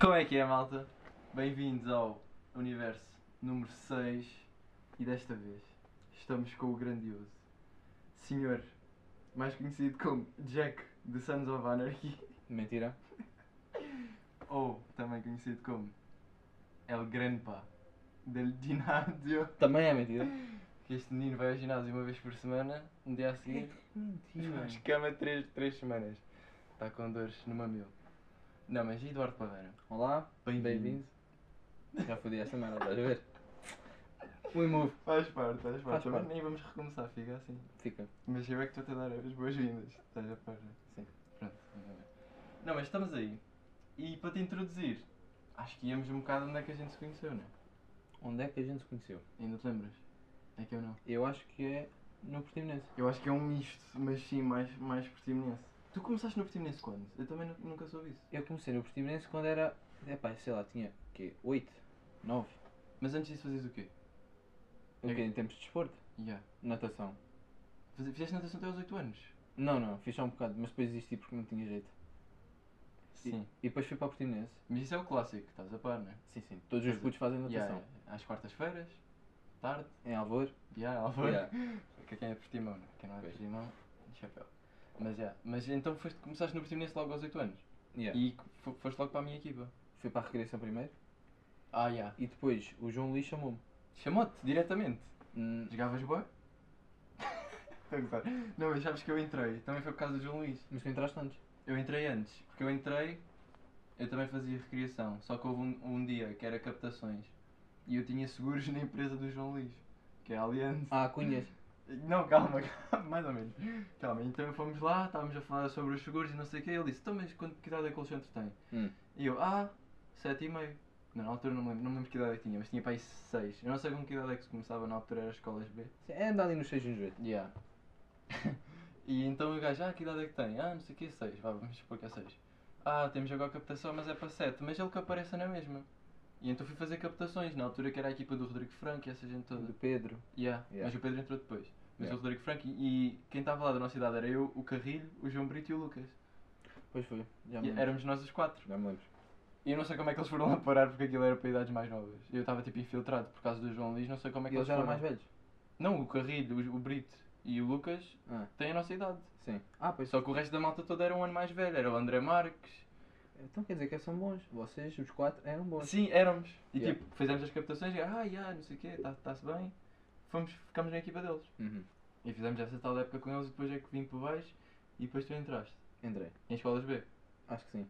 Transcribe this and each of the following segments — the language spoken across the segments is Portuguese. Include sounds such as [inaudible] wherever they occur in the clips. Como é que é, malta? Bem-vindos ao universo número 6 e desta vez estamos com o grandioso senhor, mais conhecido como Jack de Sons of Anarchy, Mentira. [laughs] ou também conhecido como El Grandpa del Ginásio. Também é mentira. Que Este menino vai ao ginásio uma vez por semana, um dia a seguir faz Mentira. cama 3, três semanas. Está com dores no mamilo. Não, mas e Eduardo Padeira? é. Olá, Bem-vindo. bem-vindo. Já fodi esta merda, estás a ver? We move. Faz parte, faz parte. Faz Também parte. nem vamos recomeçar, fica assim. Fica. Mas eu é que estou-te a dar as boas-vindas. Estás a par? né? Sim. Pronto, vamos ver. Não, mas estamos aí. E para te introduzir, acho que íamos um bocado onde é que a gente se conheceu, não é? Onde é que a gente se conheceu? Ainda te lembras? É que eu não. Eu acho que é no Portimonense. Eu acho que é um misto, mas sim, mais, mais portimonense. Tu começaste no portimonense quando? Eu também nu- nunca soube isso. Eu comecei no Portimonense quando era. Epá, sei lá, tinha o quê? 8? 9? Mas antes disso fazias o quê? O É quê? que- Em tempos de desporto? Yeah. Natação. Fazi- Fizeste natação até aos 8 anos? Não, não, fiz só um bocado, mas depois desisti porque não tinha jeito. E- Sim. E, depois fui para o Portimonense. Mas isso é o clássico, estás a par, não é? Sim, sim. Todos os Fazer- putos fazem Yeah, natação. yeah. Às quartas-feiras, tarde, Em Alvor. já, yeah, Alvaro. Yeah. [laughs] Que quem é Portimão, né? Quem não é Pois. Portimão, chapéu. Mas, yeah. Mas então foste, começaste no Portimonense logo aos 8 anos. Yeah. E fo- foste logo para a minha equipa. Fui para a recreação primeiro. Ah, já. E depois o João Luís chamou-me. Chamou-te diretamente. Hum, Jogavas boa? [laughs] Estou a gozar. Não, mas sabes que eu entrei. Também foi por causa do João Luís. Mas tu entraste antes. Eu entrei antes, porque eu entrei, eu também fazia recriação, só que houve um, um dia que era captações e eu tinha seguros [laughs] na empresa do João Luís, que é a Allianz. Ah, Cunhas. Não, calma, [laughs] calma, mais ou menos. Calma, então fomos lá, estávamos a falar sobre os seguros e não sei o que, ele disse, então mas quanto, que idade é que o Alexandre tem? Hum. E eu, ah, sete e meio. Não, na altura não me lembro, não me lembro que idade é que tinha, mas tinha para aí seis. Eu não sei com que idade é que se começava, na altura era escolas B. É andar ali nos 6 e nos 8. Yeah. [laughs] e então o gajo, ah, que idade é que tem? Ah, não sei o que, 6. Vá, vamos supor que é 6. Ah, temos agora captação, mas é para 7. Mas ele que apareça na mesma. E então fui fazer captações, na altura que era a equipa do Rodrigo Franco e essa gente toda. Do Pedro. Yeah. Yeah. Mas o Pedro entrou depois. Mas Yeah. o Rodrigo Franco e, e quem estava lá da nossa idade era eu, o Carrilho, o João Brito e o Lucas. Pois foi. Já E me lembro. éramos nós os quatro. Já me lembro. E eu não sei como é que eles foram lá parar porque aquilo era para idades mais novas. Eu estava tipo infiltrado por causa do João Luís, não sei como é E que eles, eles já eram foram. mais velhos. Não, o Carrilho, o, o Brito e o Lucas Ah, têm a nossa idade. sim. Ah, pois. Só que o resto da malta toda era um ano mais velho, era o André Marques. Então quer dizer que são bons. Vocês, os 4, eram bons. Sim, éramos. E Yeah. tipo, fizemos as captações e ah, yeah, não sei o quê, está-se bem. Fomos, ficamos na equipa deles. Uhum. E fizemos essa tal época com eles e depois é que vim para baixo e depois tu entraste. Entrei. Em escolas B. Acho que sim.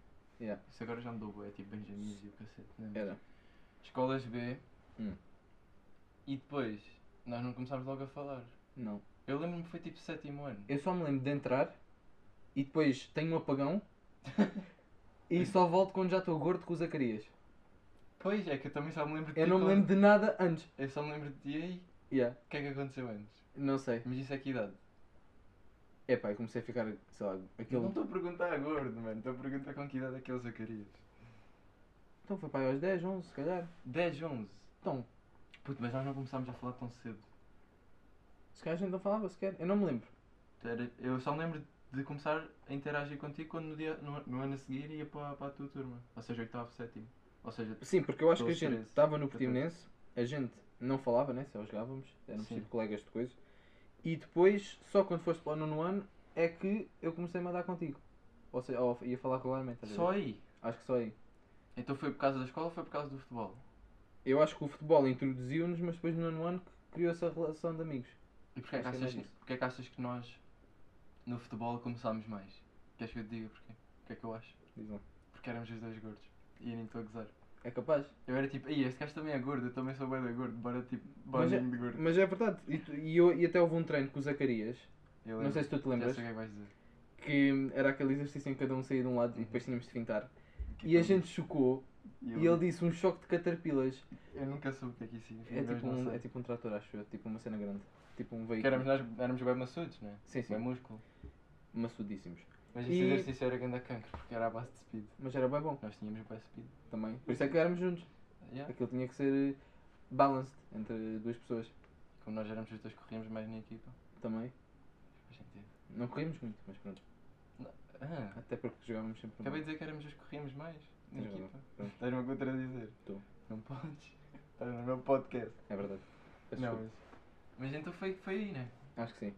Isso agora já mudou, é tipo Benjamins e o cacete, não é? Era. Escolas B. Hum. E depois, nós não começámos logo a falar. Não. Eu lembro-me que foi tipo sétimo ano. Eu só me lembro de entrar e depois tenho um apagão [laughs] e só volto quando já estou gordo com o Zacarias. Pois, é que eu também só me lembro de Eu ti não me quando- lembro de nada antes. Eu só me lembro de ti aí. Yeah. O que é que aconteceu antes? Não sei. Mas isso é que idade? Epá, eu comecei a ficar, sei lá, aquele. Não estou a perguntar a gordo, mano. Estou a perguntar com que idade é que ele Zacarias. Então foi para aí aos 10, 11, se calhar. 10, 11. Então, Puto, mas nós não começámos a falar tão cedo. se calhar a gente não falava sequer. Eu não me lembro. Era- Eu só me lembro de começar a interagir contigo quando no, dia, no, no ano a seguir ia para, para a tua turma. Ou seja, oitavo, sétimo. Ou seja, Sim, porque eu acho que a 12, gente 13, estava no 14. Portimonense, a gente não falava, né? Só jogávamos, éramos Sim. tipo colegas de coisa. E depois, só quando foste para o nono ano, é que eu comecei a mandar contigo. Ou seja, ou ia falar regularmente. estás tá a só ver? aí. Acho que só aí. Então foi por causa da escola ou foi por causa do futebol? Eu acho que o futebol introduziu-nos, mas depois no nono ano que criou-se a relação de amigos. E porquê é, que Acho que é achas, mais isso. porquê é que achas que nós no futebol começámos mais? Queres que eu te diga porquê? O que é que eu acho? Diz lá. Porque éramos os dois gordos. E eu nem estou a gozar. É capaz. Eu era tipo, ei, este gajo também é gordo, eu também sou bué da gordo, bora tipo, Mas é- bandinho de gordo. Mas é verdade. E, tu- e eu, e até houve um treino com o Zacarias, Eu não sei se tu te Já lembras, sei o que é que vais dizer. que era aquele exercício em que cada um saía de um lado e Uhum. depois tínhamos de fintar. E a gente chocou e ele disse um choque de caterpillas. Eu nunca soube o que é que isso significa. É mas tipo, não um, sei. é tipo um trator, acho eu. Tipo uma cena grande. Tipo um Porque veículo. éramos, nós éramos bem maçudos, né? Sim, sim. Bem músculo. Maçudíssimos. Mas esse E- exercício era grande a cancro, porque era à base de speed. Mas era bem bom Nós tínhamos bem speed. também. Por isso é que éramos juntos. Yeah. Aquilo tinha que ser eh, balanced entre duas pessoas Como nós éramos os dois, corríamos mais na equipa. também. Faz sentido. Não corríamos muito, mas pronto. Ah, Até porque jogávamos sempre. acabei de dizer que éramos os que corríamos mais. na Tens razão. equipa. é Pronto. Estás-me a contradizer. Estou. Não podes. Estás no meu podcast. É verdade. Peço Não, desculpa. mas... mas então foi, foi aí, né? Acho que sim.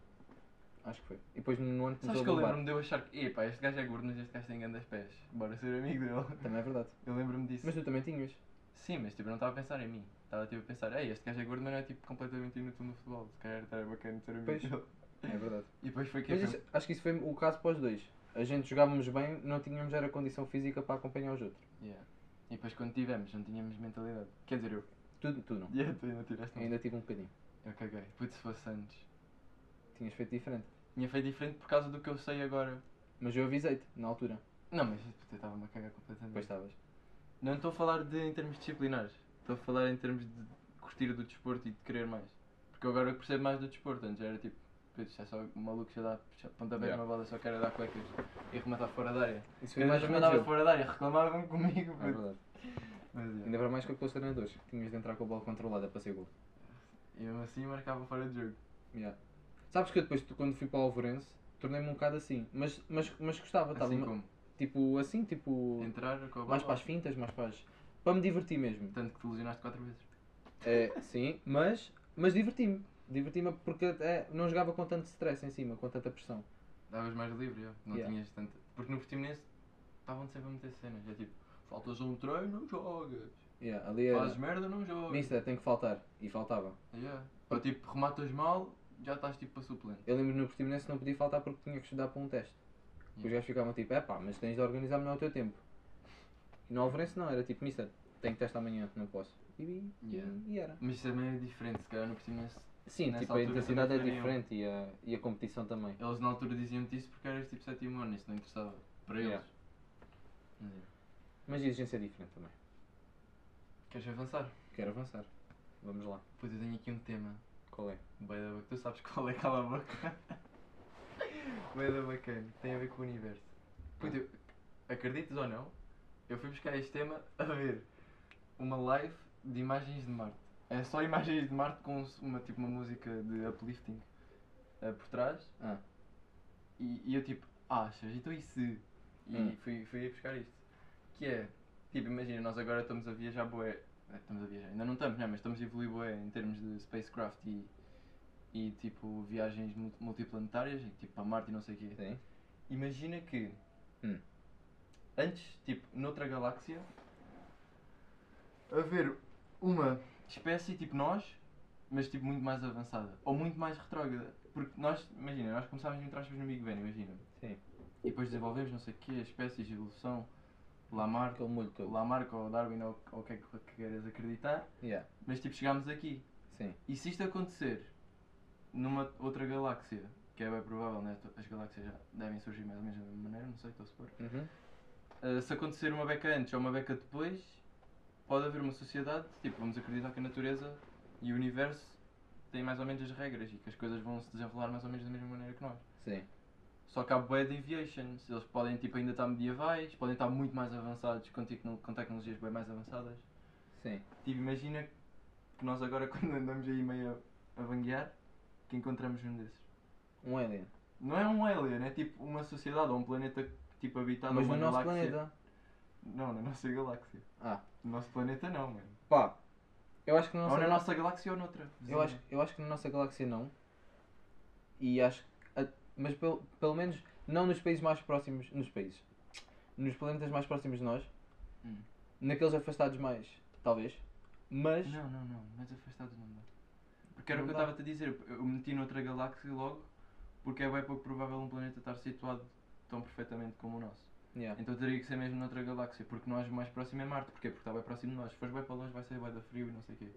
Acho que foi. E depois no ano Sabes começou a que eu bombar. lembro-me de eu achar que, epá, este gajo é gordo, mas este gajo tem grandes pés. Bora ser amigo dele. Também é verdade. Eu lembro-me disso. Mas tu também tinhas. Sim, mas tipo, eu não estava a pensar em mim. Estava tipo a pensar, ei, este gajo é gordo, mas não é tipo completamente inútil no futebol. Se calhar era bacana ser amigo Pois. dele. [laughs] É verdade. E depois foi que Mas isso- acho que isso foi o caso para os dois. A gente jogávamos bem, não tínhamos era condição física para acompanhar os outros. Yeah. E depois quando tivemos, não tínhamos mentalidade. Quer dizer, [laughs] eu. Tu, tu não. Yeah, tu ainda tiveste Ainda tive um bocadinho. Eu caguei. Putz, se fosse antes. Tinhas feito diferente. Tinha feito diferente por causa do que eu sei agora. Mas eu avisei-te, na altura. Não, mas puta, eu estava-me a cagar completamente. Depois estavas. Não estou a falar de em termos disciplinares. Estou a falar em termos de curtir do desporto e de querer mais. Porque eu agora percebo mais do desporto. Antes era tipo, putz, isto é só um maluco, já dá já pontapé Yeah. numa bola, só quero dar cuecas e rematar fora da área. Isso foi Eu mais mais ou menos mandava eu. fora da área, reclamavam comigo. É puto. verdade. Mas, yeah. Ainda para mais com aqueles treinadores. que Tinhas de entrar com a bola controlada para ser gol. E mesmo assim marcava fora de jogo. Yeah. Sabes que eu depois, quando fui para o Alvorense, tornei-me um bocado assim. Mas, mas, mas gostava. Estava Assim como tipo assim, tipo... entrar com a bola. tá mais para as fintas, mais para as... Para me divertir mesmo. Tanto que te lesionaste quatro vezes. É, sim, mas, mas diverti-me. Diverti-me porque até não jogava com tanto stress em cima, com tanta pressão. Davas mais livre, já. não Yeah. tinhas tanto. Porque no Portimonense estavam sempre a meter cenas. É tipo, faltas a um treino, não jogas. Yeah, ali era, Fazes merda, não jogas. mister, tem que faltar. E faltava. Yeah. Ou tipo, rematas mal, já estás tipo para suplente. Eu lembro no Portimonense não podia faltar porque tinha que estudar para um teste. Yeah. Os gajos ficavam tipo, é pá, mas tens de organizar melhor o teu tempo. E no Alvorense não, era tipo, mister, tenho teste amanhã, não posso. E, e- e- Yeah. e era. Mas isso também é diferente, se calhar no Portimonense. Sim, Nessa tipo, a altura intensidade é também fariam. diferente e a, e a competição também. Eles na altura diziam-te isso porque eras tipo sétimo ano, isso não interessava para eles. Yeah. Mas, yeah. Mas a exigência é diferente também. Queres avançar? Quero avançar. Vamos lá. Pois eu tenho aqui um tema. Qual é? Bué da bacana. Tu sabes [laughs] qual é cala a boca. Bué da bacana. Tem a ver com o universo. Puto, eu- acredites ou não, eu fui buscar este tema a ver uma live de imagens de Marte. É só imagens de Marte com uma, tipo, uma música de uplifting eh, por trás. Ah. E, e eu tipo, achas? Então e se? E Hum. fui, fui ir buscar isto. Que é, tipo, imagina, nós agora estamos a viajar boé. É, Estamos a viajar, ainda não estamos, não, mas estamos a evoluir boé em termos de spacecraft e, e tipo viagens mul- multiplanetárias, tipo para Marte e não sei o quê. Sim. Imagina que Hum. antes, tipo, noutra galáxia, haver uma espécie tipo nós, mas tipo muito mais avançada, ou muito mais retrógrada. Porque nós, imagina, nós começámos entre aspas no Big Bang, imagina. Sim. E depois desenvolvemos não sei o quê, espécies, evolução, Lamarck, Aquele molho todo. Lamarck ou Darwin ou ou o que é que que queiras acreditar, Yeah. mas tipo chegámos aqui. Sim. E se isto acontecer numa outra galáxia, que é bem provável, né? as galáxias já devem surgir mais ou menos da mesma maneira, não sei, estou a supor. Uhum. Uh, se acontecer uma beca antes ou uma beca depois, pode haver uma sociedade, tipo, vamos acreditar que a natureza e o universo têm mais ou menos as regras e que as coisas vão se desenrolar mais ou menos da mesma maneira que nós. Sim. Só que há bué deviations, eles podem tipo, ainda estar medievais, podem estar muito mais avançados com, tecno- com tecnologias bem mais avançadas. Sim. Tipo, imagina que nós agora [laughs] quando andamos aí meio a vanguear, que encontramos um desses. Um alien. Não é um alien, é tipo uma sociedade ou um planeta tipo habitado Mas uma no nosso galáxia. planeta. Não, na nossa galáxia. Ah. No nosso planeta não, mano. Pá. Eu acho que na ou nossa. na nossa galáxia ou noutra. eu, acho, eu acho que na nossa galáxia não. E acho que. a- Mas pelo, pelo menos não nos países mais próximos. Nos países. Nos planetas mais próximos de nós. Hum. Naqueles afastados mais. Talvez. Mas. Não, não, não. Mas afastados não dá. Porque era Não o que eu dá. estava a dizer. Eu eu meti noutra galáxia logo. Porque é bem pouco provável um planeta estar situado tão perfeitamente como o nosso. Yeah. Então teria que ser mesmo noutra galáxia. Porque nós, o mais próximo é Marte. Porquê? Porque está bem próximo de nós. Se fores bem para longe, vai ser bem da frio e não sei o quê.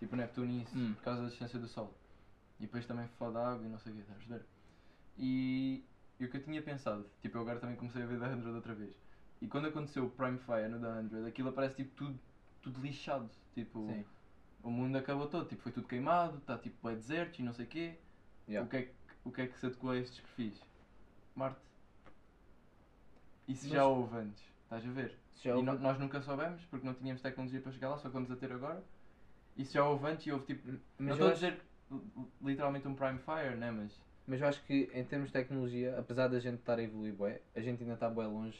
Tipo Neptuno e isso. Hum. Por causa da distância do Sol. E depois também foda a água e não sei o quê. Estás a ver? E, e o que eu tinha pensado. Tipo, eu agora também comecei a ver da 100 outra vez. E quando aconteceu o Prime Fire no da 100, aquilo aparece tipo tudo, tudo lixado. Tipo, Sim. o mundo acabou todo. Tipo, foi tudo queimado. Está tipo bem deserto e não sei o quê. Yeah. O, que é que, o que é que se adequou a estes perfis? Marte. Isso Mas- já houve antes, estás a ver? Se já E houve- no- nós nunca soubemos porque não tínhamos tecnologia para chegar lá, só que vamos a ter agora. Isso já houve antes e houve tipo. não Mas, estou eu a acho, dizer li- li- literalmente um Prime Fire, né? Mas. mas eu acho que em termos de tecnologia, apesar da gente estar a evoluir bué, a gente ainda está bué longe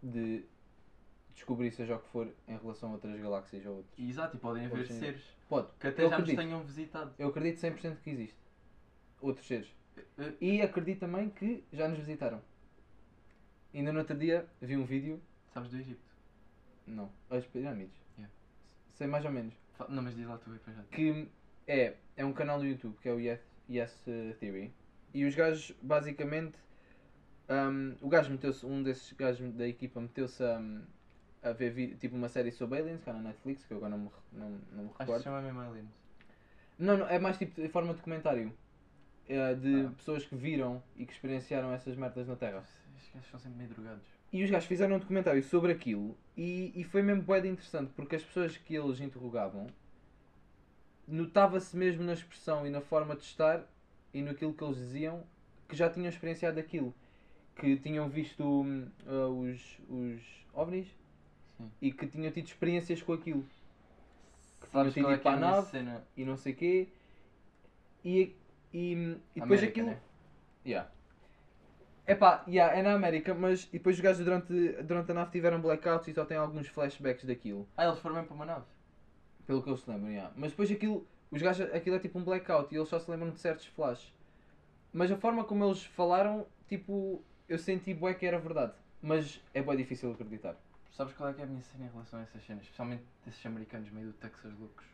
de descobrir, seja o que for, em relação a outras galáxias ou outros. E, Exato, e podem haver Hoje em- seres Pode. que até Eu já nos acredito. tenham visitado. Eu acredito 100% que existe. Outros seres. Eh, E acredito também que já nos visitaram. Ainda no outro dia vi um vídeo. Sabes do Egito? Não. As pirâmides. Yeah. Sei mais ou menos. Fa- Não, mas diz lá tu e depois já. que é, é um canal do YouTube que é o Yes, yes eh, Theory. E os gajos, basicamente, um, o gajo meteu-se, um desses gajos da equipa meteu-se um, a ver vi- tipo uma série sobre aliens, que há na Netflix, que eu agora não me, re- não, não Acho me que se recordo. chama mesmo Aliens. Não, não, é mais tipo de forma de documentário. eh, de Ah. pessoas que viram e que experienciaram essas merdas na Terra. Estes gajos são sempre meio drogados. E os gajos fizeram um documentário sobre aquilo e, e foi mesmo bué de interessante porque as pessoas que eles interrogavam notava-se mesmo na expressão e na forma de estar e naquilo que eles diziam que já tinham experienciado aquilo. Que tinham visto hum, ah, os, os ovnis Sim. e que tinham tido experiências com aquilo Sabes tinha qual é ido que é para a a minha nave. cena? e não sei quê. E, e, hum, e depois América, aquilo. né? Yeah. Epá, yeah, é na América, mas e depois os gajos durante, durante a nave tiveram blackouts e só têm alguns flashbacks daquilo, Ah, eles foram mesmo para uma nave. pelo que eu se lembro, yeah. Mas depois aquilo, os gajos, aquilo é tipo um blackout e eles só se lembram de certos flashes. Mas a forma como eles falaram, tipo, eu senti bué que era verdade. Mas é bué difícil acreditar. Sabes qual é que é a minha cena em relação a essas cenas? Especialmente desses americanos meio do Texas loucos.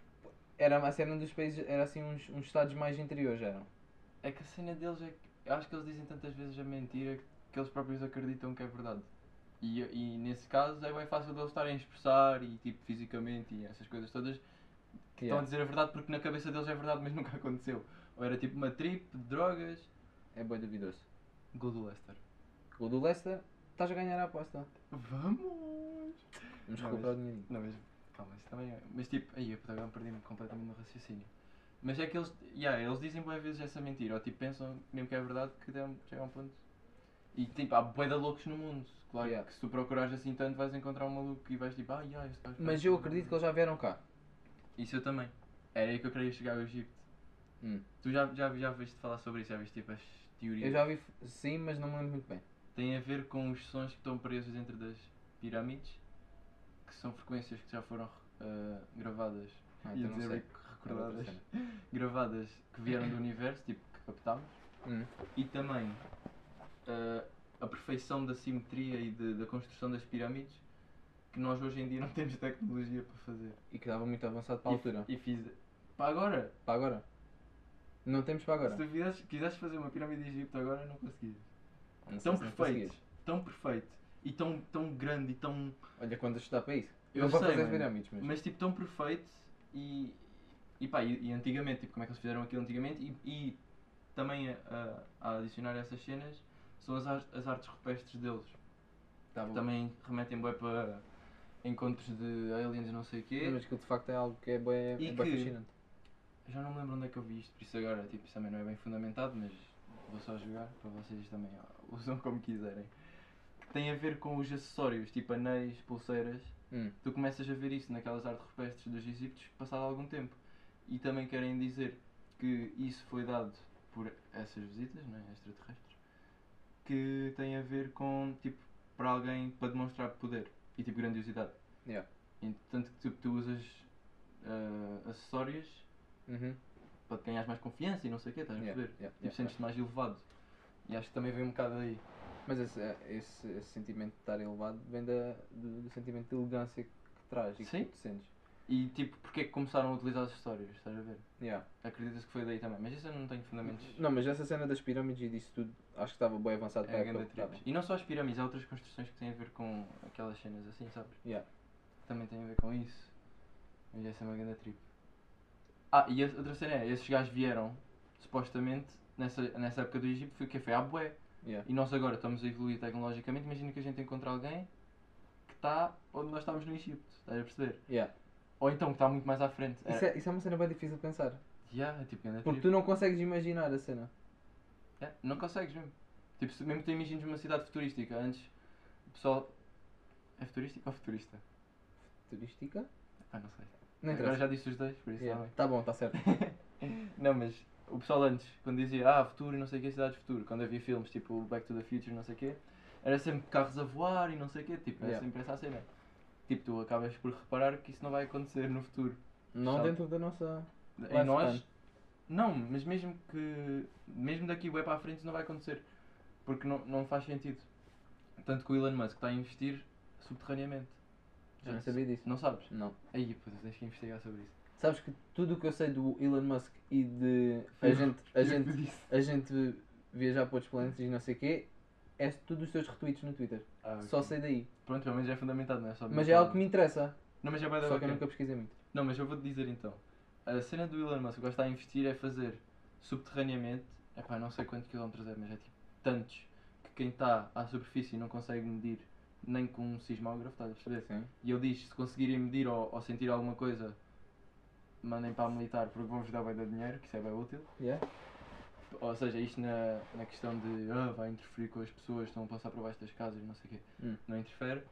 Era, mas era um dos países, era assim uns, uns estados mais interiores, eram. É que a cena deles é que. eu Acho que eles dizem tantas vezes a mentira que eles próprios acreditam que é verdade. E, e nesse caso é bem fácil deles estarem a expressar e tipo fisicamente e essas coisas todas. Que estão a Yeah. dizer a verdade porque na cabeça deles é verdade, mas [laughs] nunca aconteceu. Ou era tipo uma trip de drogas. É bué duvidoso. Gol do Lester. O do Leicester, estás a ganhar a aposta. Vamos! Vamos Não, recuperar o dinheirinho. Não, mas calma, isso também é. Mas tipo, aí eu agora perdi-me completamente no raciocínio. Mas é que eles, yeah, eles dizem boas vezes essa mentira, ou tipo, pensam mesmo que é verdade que dão- chega a um ponto. E tipo, há bué de loucos no mundo. Claro Yeah. que se tu procurares assim tanto vais encontrar um maluco e vais tipo, ah, yeah, este gajo Mas parece eu um acredito que maluco." eles já vieram cá. Isso eu também. Era aí que eu queria chegar ao Egito. Hum. Tu já, já, já viste falar sobre isso, já viste tipo as teorias. Eu já vi, sim, mas não me lembro muito bem. Tem a ver com os sons que estão presos dentro das pirâmides, que são frequências que já foram ah, gravadas Ah, Ia então não dizer sei. rec- É outra recordadas, [laughs] cena. gravadas que vieram [coughs] do universo, tipo que captámos, Hum. e também ah, a perfeição da simetria e de- da construção das pirâmides que nós hoje em dia não [laughs] temos tecnologia para fazer. E que estava muito avançado para a E f- altura. E fiz. Para agora! Para agora. Não temos para agora. Se tu fizeres- quiseres fazer uma pirâmide de Egito agora, não conseguias. Não sei Tão se não perfeito! conseguias. Tão perfeito! E tão, tão grande e tão. Olha quando estudar para isso. Eu não para sei, fazer as mano. pirâmides, mas... Mas tipo, tão perfeito e. E pá, e, e antigamente, tipo, como é que eles fizeram aquilo antigamente e, e também a, a- a adicionar a essas cenas são as, ar- as artes rupestres deles. Tá bom. Também remetem bué para encontros de aliens não sei o quê. Não, mas aquilo de facto é algo que é bem, E é bué que- fascinante. Já não me lembro onde é que eu vi isto, por isso agora tipo, isso também não é bem fundamentado, mas vou só jogar para vocês também ó, [laughs] usam como quiserem. Que tem a ver com os acessórios, tipo anéis, pulseiras. Hum. Tu começas a ver isso naquelas artes rupestres dos egípcios passado algum tempo. E também querem dizer que isso foi dado por essas visitas, não é? extraterrestres, que tem a ver com, tipo, para alguém, para demonstrar poder e, tipo, grandiosidade. Yeah. E, tanto que, tipo, tu usas ah, acessórios Uhum. para te ganhares mais confiança e não sei o quê, estás a Yeah, perceber? yeah, tipo, yeah, sentes-te mais elevado. E acho que também vem um bocado daí. yeah. Mas esse, eh, esse, esse sentimento de estar elevado vem da, do, do sentimento de elegância que traz e Sim. que tu te sentes. E, tipo, porque é que começaram a utilizar acessórios, estás a ver? Yeah. Acreditas que foi daí também, mas isso eu não tenho fundamentos. Não, mas essa cena das pirâmides e disso tudo, acho que estava bem avançado É para a a época grande que estava. tribo. E não só as pirâmides, há outras construções que têm a ver com aquelas cenas assim, sabes? Yeah. Também têm a ver com isso. Mas essa é uma grande trip. Ah, e a outra cena é, esses gajos vieram, supostamente, nessa, nessa época do Egito, foi o que foi à bué. Yeah. E nós agora estamos a evoluir tecnologicamente, imagina que a gente encontra alguém que está onde nós estávamos no Egito, estás a perceber? Yeah. Ou então que está muito mais à frente. Isso, é, isso é uma cena bem difícil de pensar. Yeah, é tipo grande Porque trip. tu não consegues imaginar a cena. É, não consegues mesmo. Tipo, se, mesmo que tu imagines uma cidade futurística, antes o pessoal. É futurística ou futurista? Turística? Ah, não sei. Não Agora interessa. já disse é? os dois, por isso Yeah. também. Tá bom, está [laughs] certo. Não, mas o pessoal antes, quando dizia ah, futuro e não sei o que, cidades do futuro, quando havia filmes tipo Back to the Future e não sei o quê, era sempre carros a voar e não sei o quê, tipo, era Yeah. sempre essa a cena. Tipo, tu acabas por reparar que isso não vai acontecer no futuro. Não Sabe? dentro da nossa. Em Lifespan. nós. Não, mas mesmo que. Mesmo daqui web para a frente isso não vai acontecer. Porque não, não faz sentido. Tanto que o Elon Musk está a investir subterraneamente. Já não sabia disso. Não sabes? Não. Aí, pois tens que investigar sobre isso. Sabes que tudo o que eu sei do Elon Musk e de Foi a eu- gente, a Eu que gente, disse. a gente viajar para outros planetas e não sei o quê, é tudo os teus retweets no Twitter. Ah, ok. Só sei daí. Pronto, pelo menos é fundamentado, não é só. Mas é algo que me interessa. Não, mas é bué da Só que eu bacana. nunca pesquisei muito. Não, mas eu vou-te dizer então. A cena do Elon Musk gosta a investir é fazer subterraneamente, epá, não sei quantos quilómetros é, mas é tipo tantos que quem está à superfície não consegue medir nem com um sismógrafo, estás a perceber? Sim. E ele diz, se conseguirem medir ou, ou sentir alguma coisa, mandem para a militar porque vão-vos dar bem de dinheiro, que isso é bem útil. Yeah? Ou seja, isto na, na questão de ah, vai interferir com as pessoas, estão a passar por baixo das casas, não sei o quê, Hum. não interfere.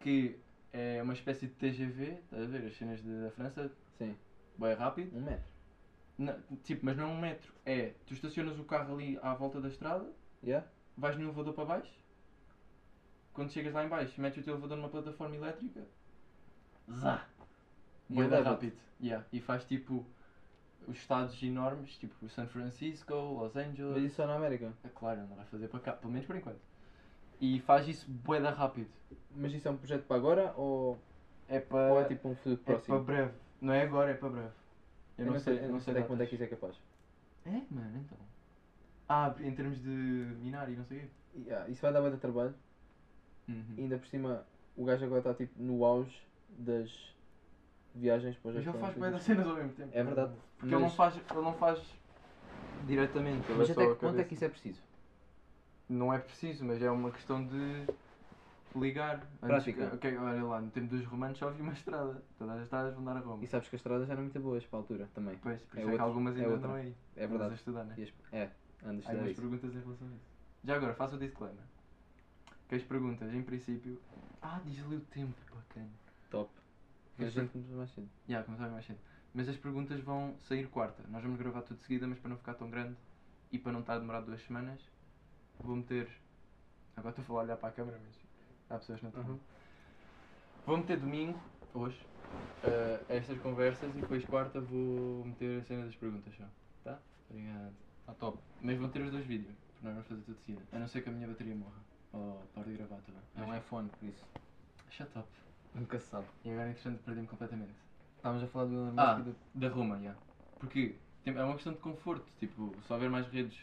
Que é uma espécie de TGV, estás a ver? As cenas de- da França, Sim. bem rápido. Um metro. Não, tipo, mas não é um metro. É, tu estacionas o carro ali à volta da estrada, Yeah? vais no elevador para baixo. Quando chegas lá em baixo, metes o teu elevador numa plataforma elétrica. Zá! E Bué da eleva-te. rápido. Yeah. E faz tipo os estados enormes, tipo San Francisco, Los Mas Angeles. isso só na América. É claro, não vai fazer para cá, pelo menos por enquanto. E faz isso bué da rápido. Mas isso é um projeto para agora ou, É para ou é tipo um futuro próximo? para breve. Não é agora, é para breve. Eu, não, sei, eu não sei até quando é datas. que isso é capaz. É, mano, então. Ah, em termos de minar e não sei o quê. Yeah, isso vai dar muito trabalho. E ainda por cima, o gajo agora está tipo no auge das viagens para os Mas ele faz bué das planetas. cenas ao mesmo tempo. É verdade. Porque ele, não Mas- faz, ele não faz diretamente. ele Mas é até só a que ponto é cabeça. que isso é preciso? Não é preciso, mas é uma questão de ligar. Antes- Prática. ok, olha lá, no tempo dos romanos só havia uma estrada. Todas as estradas vão dar a Roma. E sabes que as estradas eram muito boas para a altura também. Pois, por isso É é, que outro- algumas é ainda outra. estão aí. É Andas A verdade. estudar, né? E as- É, andas Há algumas a perguntas em relação a isso. Já agora, faço o disclaimer. Que as perguntas, em princípio. Ah, diz ali o tempo, bacana. Top. Mas a Mas gente começou mais cedo. Já, começava mais cedo. Mas as perguntas vão sair quarta. Nós vamos gravar tudo de seguida, mas para não ficar tão grande e para não estar a demorar duas semanas, vou meter. Agora estou a falar a olhar para a câmera, mas há pessoas que não estão. Uhum. Vou meter domingo, hoje, eh, estas conversas e depois quarta vou meter a cena das perguntas só. Tá? Obrigado. Ah, top. Mas vão ter os dois vídeos, porque nós vamos fazer tudo de seguida. A não ser que a minha bateria morra. Ou pare de gravar também. É um iPhone, por isso. Shut up. Nunca se sabe. é. E agora, entretanto, perdi-me completamente. Estávamos a falar do Elon Musk Ah. e do... Da Roma, já. Porque tem- é uma questão de conforto, tipo, se houver mais redes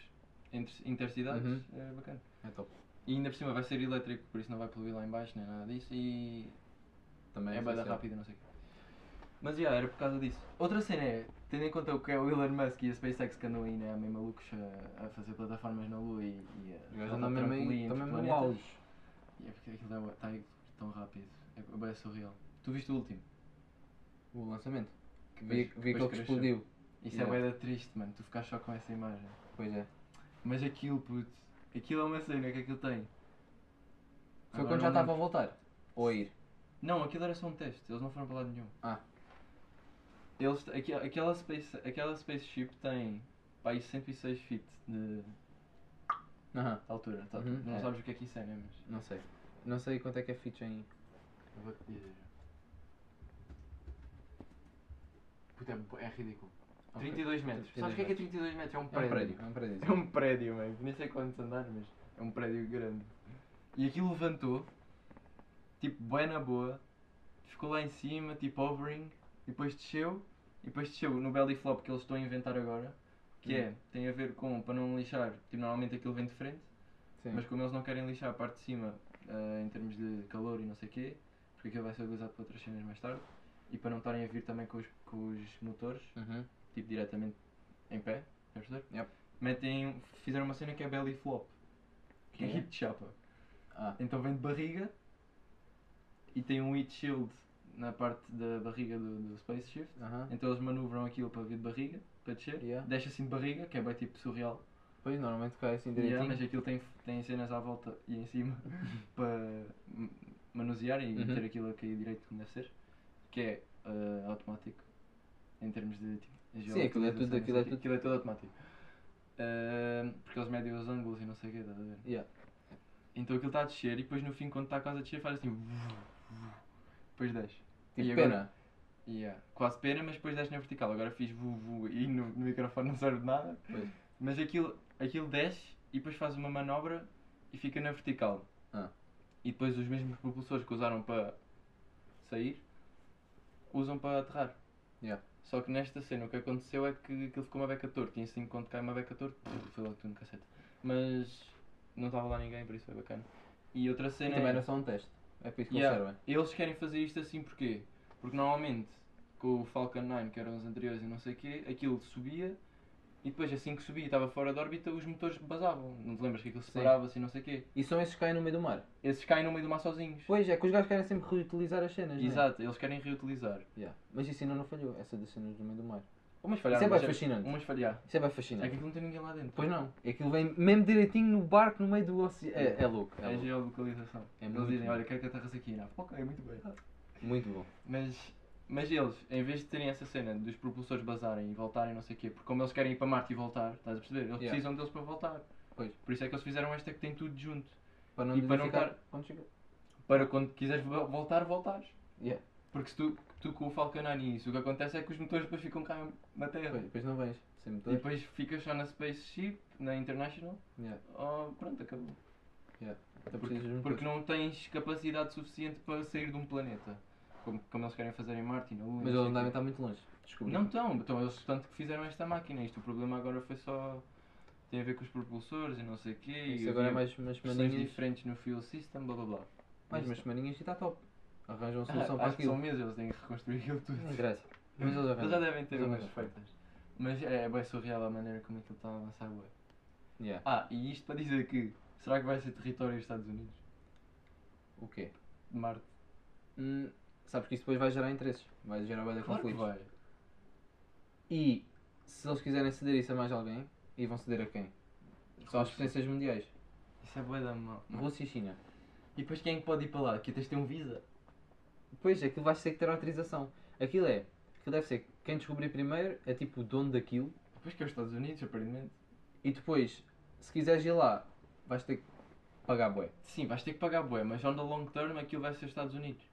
entre, intercidades, Uhum. é bacana. É top. E ainda por cima vai ser elétrico, por isso não vai poluir lá em baixo nem nada disso e Também é bada essencial. rápida, não sei o quê. Mas já, era por causa disso. Outra cena é, tendo em conta o que é o Elon Musk e a SpaceX que andam aí, né, meio malucos a, a fazer plataformas na Lua e, e O a gajo tá anda mesmo aí, está mesmo no auge. E é porque aquilo está aí tão rápido, é, bem surreal. Tu viste o último? O lançamento. Que Pois- vi, vi pois aquele que cresceu. explodiu. Isso Yeah. é bem triste, mano, tu ficaste só com essa imagem. Pois é. Mas aquilo, puto, aquilo é uma cena que aquilo tem. Foi Agora quando não já estava a lembro. voltar. Ou a ir. Não, aquilo era só um teste, eles não foram para lado nenhum. Ah. Eles, aqui- aquela, space, aquela spaceship tem pá, aí 106 feet de Aham. altura. tá? Uhum, não é. sabes o que é que isso é, né? Mas. Não sei. Não sei quanto é que é feature em. Eu vou te dizer. Puta, é bo- é ridículo. Ok. 32 metros. Sabes o que é que é 32 metros? É um É um prédio. prédio. É um prédio. É um prédio, mano. Nem sei quantos andares, mas é um prédio grande. E aquilo levantou, tipo, bem na boa, ficou lá em cima, tipo, hovering, e depois desceu, e depois desceu no belly flop que eles estão a inventar agora, que é, tem a ver com, para não lixar, tipo, normalmente aquilo vem de frente, Sim. mas como eles não querem lixar a parte de cima, ah, em termos de calor e não sei o quê, porque aquilo vai ser utilizado para outras cenas mais tarde, e para não estarem a vir também com os- com os motores, Uhum. tipo diretamente em pé, a perceber? Yep. Metem, fizeram uma cena que é belly flop, que é Que é? hip de chapa. Ah. Então vem de barriga e tem um heat shield na parte da barriga do, do Space Shift. Aham. Então eles manobram aquilo para vir de barriga, para descer, Yeah. desce assim de barriga, que é bem tipo surreal. Pois normalmente cai assim direitinho. Yeah, mas é aquilo tem, tem cenas à volta e em [laughs] cima para m- manusear e Uhum. ter aquilo a cair direito como deve ser, que é ah, automático em termos de tipo, Sim, aquilo é tudo- geolocalização, aquilo não sei o quê. é tudo- aquilo é tudo automático. Ah, porque eles medem os ângulos e não sei o que, estás a ver? tá Yeah. Então aquilo está a descer e depois no fim quando está quase a descer faz assim [laughs] depois 10. Tipo, E agora? pena. Yeah. Quase pena, mas depois 10 na vertical. Agora fiz vu, vu e no, no microfone não serve de nada. Pois. Mas aquilo, aquilo desce e depois faz uma manobra e fica na vertical. Ah. E depois os mesmos propulsores que usaram para sair, usam para aterrar. Yeah. Só que nesta cena o que aconteceu é que aquilo ficou uma beca torta. E assim quando cai uma beca torta, pff, foi logo tudo no cacete. Mas não estava lá ninguém, por isso foi bacana. E outra E cena também é- era só um teste. É para isso que Yeah. eles servem. eles querem fazer isto assim porquê? Porque normalmente com o Falcon 9, que eram os anteriores e não sei o quê, aquilo subia e depois assim que subia e estava fora da órbita, os motores basavam. Não te lembras que aquilo Sim. separava assim, não sei o quê? E são esses que caem no meio do mar. Esses caem no meio do mar sozinhos. Pois é, que os gajos querem sempre reutilizar as cenas. não é? Exato, eles querem reutilizar. Yeah. Mas isso ainda não falhou, essa das cenas no meio do mar. Umas falharam, Isso é bem mas- fascinante. Umas falharam. Isso é bem É que fascinante. aquilo não tem ninguém lá dentro. Pois não, aquilo vem mesmo direitinho no barco no meio do oceano. É, é louco, é É louco. geolocalização. É eles muito dizem, bom. Ah, olha, quero que aterras aqui. Não, Ah, ok, é muito bem. Muito bom. Mas, mas eles, em vez de terem essa cena dos propulsores basarem e voltarem, não sei o quê, porque como eles querem ir para Marte e voltar, estás a perceber? Eles Yeah. precisam deles para voltar. Pois. Por isso é que eles fizeram esta que tem tudo junto. Para não E para não danificar estar- quando chega. Para quando quiseres vo- voltar, voltares. Yeah. Porque se tu, tu com o Falcon 9 e isso, o que acontece é que os motores depois ficam cá na Terra. Pois, depois não vens. Sem E motor. depois ficas só na Spaceship, na International, Yeah. ou pronto, acabou. Então Porque, precisas de um motor. porque não tens capacidade suficiente para sair de um planeta. Como, como eles querem fazer em Marte e na Lua. Mas não eles sei não devem o quê. estar muito longe. Desculpa. Não estão, então eles tanto que fizeram esta máquina. Isto o problema agora foi só. tem a ver com os propulsores e não sei o quê. Isso e agora é havia mais umas pressões semaninhas. diferentes no fuel system, blá blá blá. Mais umas semaninhas e está top. Arranjam [laughs] uma solução Ah, para acho que são aquilo. meses, eles têm que reconstruir aquilo tudo. Não interessa. Mas [laughs] eles Eles já arranjam. devem ter Eles umas arranjam. feitas. Mas é, é bem surreal a maneira como aquilo está a avançar. Ué. Yeah. Ah, e isto para dizer que. Será que vai ser território dos Estados Unidos? O quê? De Marte? Hum, sabes que isso depois vai gerar interesses. Vai gerar bem Claro que conflitos. vai. E se eles quiserem ceder isso a mais alguém, e vão ceder a quem? Só as potências mundiais. Isso é boa da mão. Rússia e China. E depois quem é que pode ir para lá? Que tens de ter um visa? Pois, aquilo vai ter que ter autorização. Aquilo é, aquilo deve ser, quem descobrir primeiro é tipo o dono daquilo Pois que é os Estados Unidos, aparentemente. e depois, se quiseres ir lá, vais ter que pagar bué. Sim, vais ter que pagar bué, mas on the long term aquilo vai ser Estados Unidos.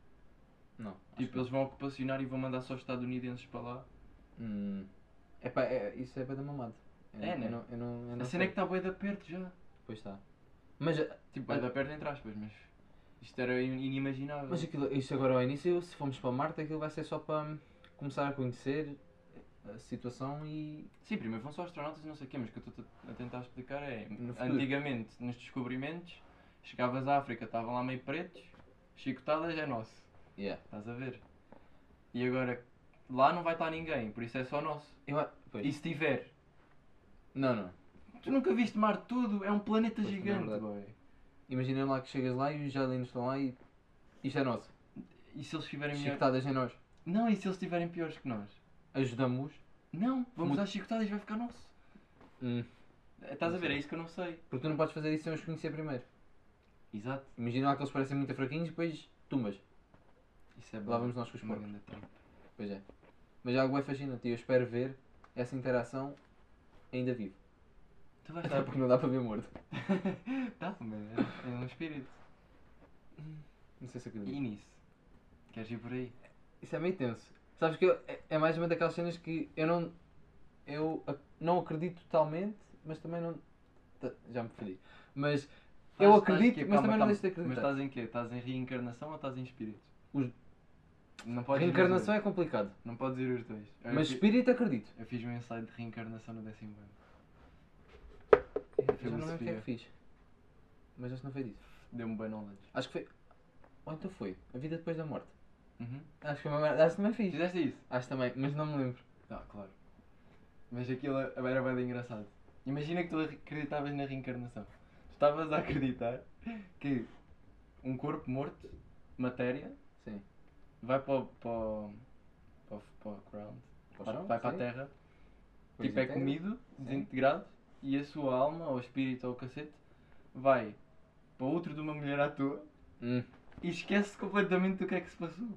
Não. Tipo, eles vão ocupacionar e vão mandar só estadunidenses para lá. Hum, epá, é, isso é bué da mamada. Eu É, não- né? eu não, eu não, eu não a cena é sei. que tá- está bué da perto já. Pois está. Mas, Tipo, bué Ah. da perto entre aspas, mas isto era in- inimaginável. mas aquilo, isto agora ao início, se formos para Marte, aquilo vai ser só para começar a conhecer a situação e... Sim, primeiro vão só astronautas e não sei o quê, mas o que eu estou a tentar explicar é... No futuro. antigamente, nos descobrimentos, chegavas à África, estavam lá meio pretos, chicotadas é nosso. Yeah. Estás a ver? E agora, lá não vai estar ninguém, por isso é só nosso. Eu, a- pois. E se tiver, Não, não. Tu nunca viste mar tudo, é um planeta Pois, também é gigante, verdade. boy. Imagina lá que chegas lá e os jardins estão lá e... Isto é nosso. E se eles estiverem melhor... Chicotadas em nós. Não, e se eles estiverem piores que nós? Ajudamos. Não, vamos Muito- dar chicotadas e vai ficar nosso. Hum. Eh, Estás a Não ver, sei. é isso que eu não sei. Porque tu não podes fazer isso sem os conhecer primeiro. Exato. Imagina lá que eles parecem muito fraquinhos e depois tumbas. Isso é Lá vamos nós com os Uma porcos. grande trampa. Pois é. Mas algo é fascinante e eu espero ver essa interação ainda vivo. Tu vais Até estar... [laughs] porque não dá para ver morto. Dá, mas é é um espírito. Não sei se E acredito. nisso? Queres ir por aí? Isso é meio tenso. Sabes que eu, é- é mais uma daquelas cenas que eu não. Eu ac- não acredito totalmente, mas também não. ta- Já me perdi. Mas eu Estás- estás acredito, aqui, mas também calma. não deixo de Mas acreditar. estás em quê? Estás em reencarnação ou estás em espírito? Os- Não podes ir os Reencarnação dois. é complicado. Não podes ir os dois. Eu Mas fi- espírito acredito. Eu fiz um ensaio de reencarnação no décimo ano. Eu já não lembro o que é Filosofia. que fiz. Mas acho que não foi disso. Deu-me bem knowledge. Acho que foi. Ou então foi. A vida depois da morte. Uhum. Acho que foi uma merda. Acho que também fiz. Fizeste isso? Acho também, mas não me lembro. Ah, claro. Mas aquilo era bem engraçado. Imagina que tu acreditavas na reencarnação. Tu estavas a acreditar que um corpo morto, matéria, Sim. vai para o, para o, para o, para o ground, vai- vai para a terra, Pois tipo é inteiro. comido, Sim. desintegrado, e a sua alma, ou espírito, ou cacete, vai para outro de uma mulher à toa Hum, e esquece completamente do que é que se passou.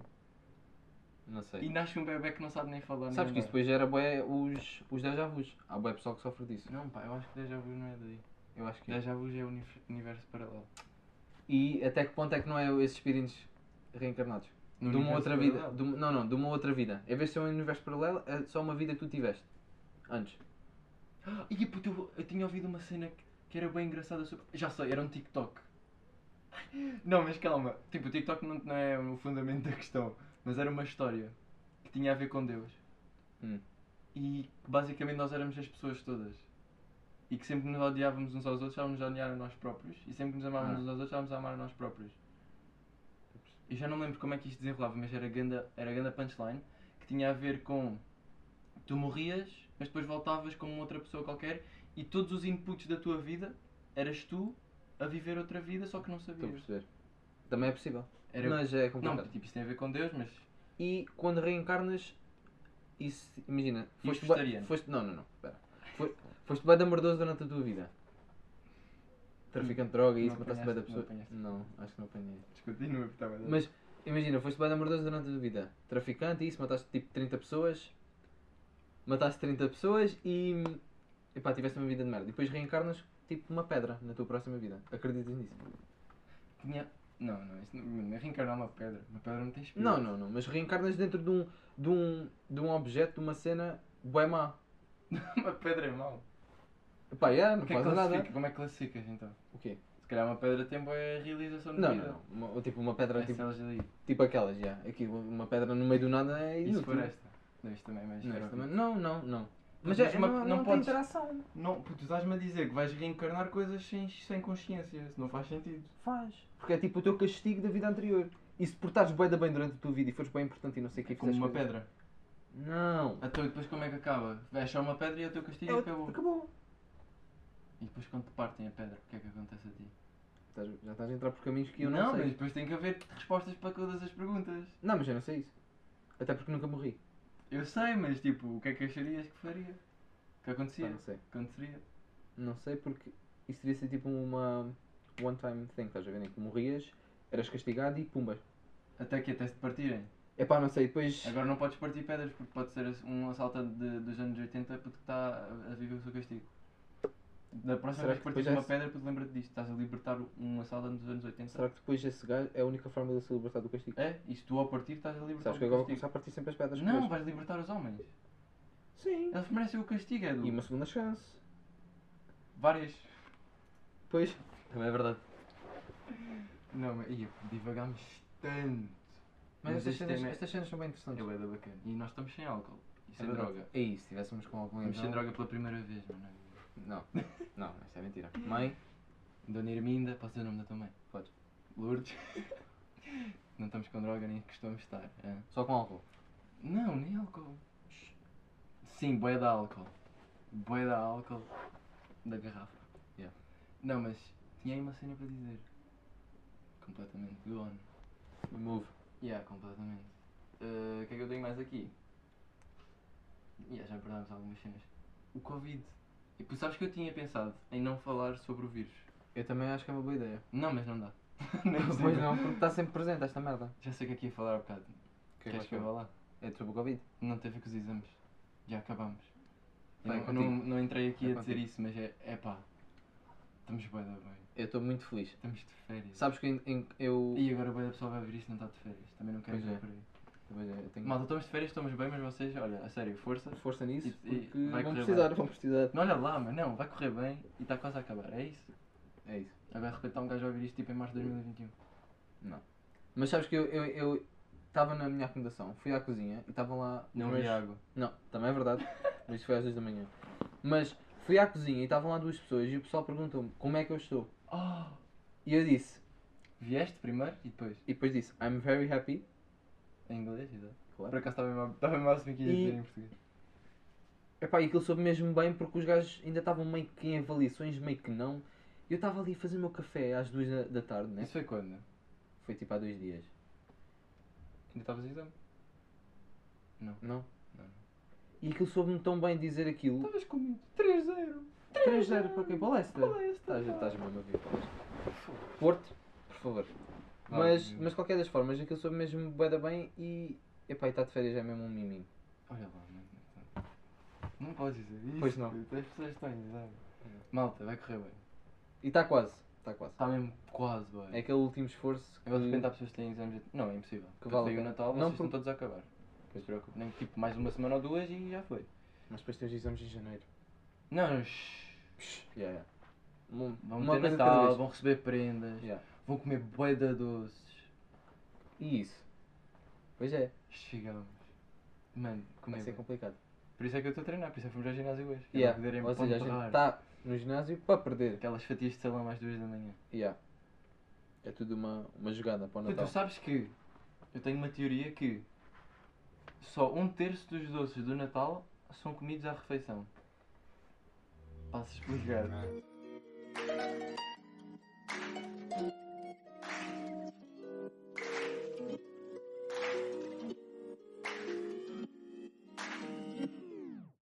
não sei. E nasce um bebê que não sabe nem falar nem Sabes que isso andar. depois gera bué os, os déjà vus. Há bué pessoal que sofre disso. Não, pá, eu acho que déjà vu não é daí. Eu acho que é. Déjà vu já é o universo paralelo. E até que ponto é que não é esses espíritos reencarnados? No de uma universo outra vida. paralelo. de uma- não, não, de uma outra vida. Em vez de ser um universo paralelo, é só uma vida que tu tiveste. Antes. Ah, E puto, eu, eu tinha ouvido uma cena que, que era bem engraçada sobre. Já sei, era um TikTok. Não, mas calma. Tipo, o TikTok não, não é o fundamento da questão. Mas era uma história que tinha a ver com Deus. Hum. E que basicamente nós éramos as pessoas todas. E que sempre nos odiávamos uns aos outros, estávamos a odiar a nós próprios. E sempre nos amávamos Ah. uns aos outros, estávamos a amar a nós próprios. Eu já não lembro como é que isto desenrolava, mas era ganda, era ganda punchline que tinha a ver com tu morrias, mas depois voltavas como outra pessoa qualquer e todos os inputs da tua vida eras tu a viver outra vida, só que não Estou a sabias. perceber. Também é possível. Era... Não, Mas é complicado. tipo, isso tem a ver com Deus, mas E quando reencarnas, isso, imagina, E foste, os bué- vegetarianos? foste Não, não, não. Espera. Foi- Foste bem da mordoso durante a tua vida. Traficante de droga e Não isso mataste bem da apanhaste- não pessoa. Não, acho que não apanhei. descontinua porque estava a dar- Mas imagina, foste bem da mordoso durante a tua vida. Traficante e isso, mataste tipo 30 pessoas. Mataste 30 pessoas e. Epá, tiveste uma vida de merda. E depois reencarnas tipo uma pedra na tua próxima vida. Acreditas nisso? Tinha... Não, não, isso não... reencarnar uma pedra. Uma pedra não tem espírito. Não, não, não. Mas reencarnas dentro de um, de um, de um objeto, de uma cena bué má. [laughs] uma pedra é mau. Epá, yeah, não O que é que faz nada. classifica? Como é que classificas então? O quê? Se calhar uma pedra tem boa realização de Não, vida. não, não. Uma, ou tipo uma pedra, Essa tipo, elas ali. tipo aquelas, já. Aqui, uma pedra no meio do nada é E se inútil. for esta? Não, isto também é mais Não, xarope. esta também- não, não, não. Mas Mas, é, uma- não, não não, tem podes- interação. Não, pô, tu estás-me a dizer que vais reencarnar coisas sem, sem consciência, isso não faz sentido. Faz. Porque é tipo o teu castigo da vida anterior. E se portares bué da bem durante a tua vida e fores bem importante e não sei o que, É como uma coisas- pedra. Não. Então e depois como é que acaba? Vais só uma pedra e é o teu castigo É e o- acabou. Acabou. E depois quando te partem a pedra, o que é que acontece a ti? Estás- Já estás a entrar por caminhos que eu não, sei. mas depois tem que haver respostas para todas as perguntas. Não, mas eu não sei isso. Até porque nunca morri. Eu sei, mas tipo, o que é que acharias que faria? O que Pá, acontecia? não sei. Aconteceria? Não sei porque isso devia ser tipo uma one time thing, estás a ver? Em que morrias, eras castigado e pumba. Até que até se te partirem. Epá, não sei, depois. Agora não podes partir pedras porque pode ser um assaltante de- dos anos 80 porque está a a viver o seu castigo. Da próxima Será vez que que partires depois uma é- pedra, puto, lembra-te disto. Estás a libertar um assaltante dos anos 80. Será que depois esse gajo é a única forma de se libertar do castigo? É, e se tu ao partir estás a libertar Sabes que o agora castigo. vou começar a partir sempre as pedras. Não, É mas... vais libertar os homens. Sim. Eles merecem o castigo, Edu. E uma segunda chance. Várias. Pois. Também é verdade. Não, mas ia, divagámos tanto. Mas, é- estas, este cenas, tema estas cenas são bem interessantes. é bué da bacana. E nós estamos sem álcool. E sem É verdade. droga. É isso, se estivéssemos com algum Estamos sem então- droga pela primeira vez, mano. Não, [laughs] não, isso é mentira. Mãe, Dona Irminda, posso dizer o nome da tua mãe? Podes. Lourdes. Não estamos com droga nem costumamos estar. é. só com álcool. Não, nem álcool. Sim, boia da álcool. Boia da álcool da garrafa. Yeah. Não, mas tinha aí uma cena para dizer. Completamente gone. Move. Yeah, completamente. Uh, O que é que eu tenho mais aqui? Yeah, já perdámos algumas cenas. O Covid. E tu sabes que eu tinha pensado em não falar sobre o vírus. Eu também acho que é uma boa ideia. Não, mas não dá. [laughs] Nem [laughs] pois possível. não, porque está sempre presente esta merda. Já sei o que é que ia falar há bocado. Que Queres que eu vá lá? É sobre o Covid. Não teve com os exames. Já acabamos. Eu não, Vai, eu contigo. não, não entrei aqui Vai, a dizer contigo. isso, mas é, é pá. Estamos bué da bem. Eu estou muito feliz. Estamos de férias. Sabes que em- em- eu. E agora bué da pessoa vai ver isso e não está de férias. Também não quero Pois ir é. por aí. Pois é, eu tenho Malta, estamos de férias, estamos bem, mas vocês, olha, a sério, força. força nisso E- e porque vai vão correr precisar, bem. vão precisar. Não olha lá, mas não, vai correr bem e está quase a acabar, é isso? É isso. Agora de repente está um gajo a ouvir isto tipo em março de 2021. Mas sabes que eu estava eu, estava na minha acomodação, fui à cozinha e estavam lá. Não mas- vi água. Não, também é verdade. Mas isto foi às 2 da manhã. Mas fui à cozinha e estavam lá duas pessoas e o pessoal perguntou-me como é que eu estou. Oh, E eu disse, vieste primeiro e depois? e depois disse, I'm very happy. Em inglês, exato. Claro. Por acaso estava mesmo a- estava mesmo a assumir que ia E- dizer em português. Epá, e aquilo soube mesmo bem porque os gajos ainda estavam meio que em avaliações, meio que não. E eu estava ali a fazer o meu café às 2 da, da tarde, né? Isso foi quando? Ainda Foi tipo há dois dias. estavas no exame? Não. Não? Não, não. E aquilo soube-me tão bem dizer aquilo. Estavas com muito. 3-0. 3-0 para quem? Para o Leicester. Qual é esta? Estás, estás mesmo a ver. Porto, por favor. Vá, mas, meu. mas qualquer das formas, aquilo soube mesmo bué da bem e. Epá, e está de férias é mesmo um miminho. Olha lá, mano. Não podes dizer isso. Pois não. puto, As pessoas estão em exame. Malta, vai correr bem. E está quase. Está quase. Está mesmo quase, boy. É aquele último esforço que... Eu de repente há pessoas que têm exames. de- Não, é impossível. Que Que vale a o pena. Natal, Não, vocês estão por- todos a acabar. Não se preocupe. Nem tipo mais uma semana ou duas e já foi. Mas depois tens exames em janeiro. Não, shh. Yeah, yeah. Um- Vão Uma ter coisa de cada Natal, vez. vão receber prendas, Yeah. vão comer bué de doces. E isso? Pois é, Chegamos. Mano, vai comer. ser bué. complicado. Por isso é que eu estou a treinar, por isso é que fomos ao ginásio hoje. que é Yeah. para poderem Ou seja, a gente pontuar. está no ginásio para perder. Aquelas fatias de salão às duas da manhã. Yeah. É tudo uma, uma jogada para o Tu, tu Então, Natal. Então, sabes que eu tenho uma teoria que só um terço dos doces do Natal são comidos à refeição. Passo a explicar.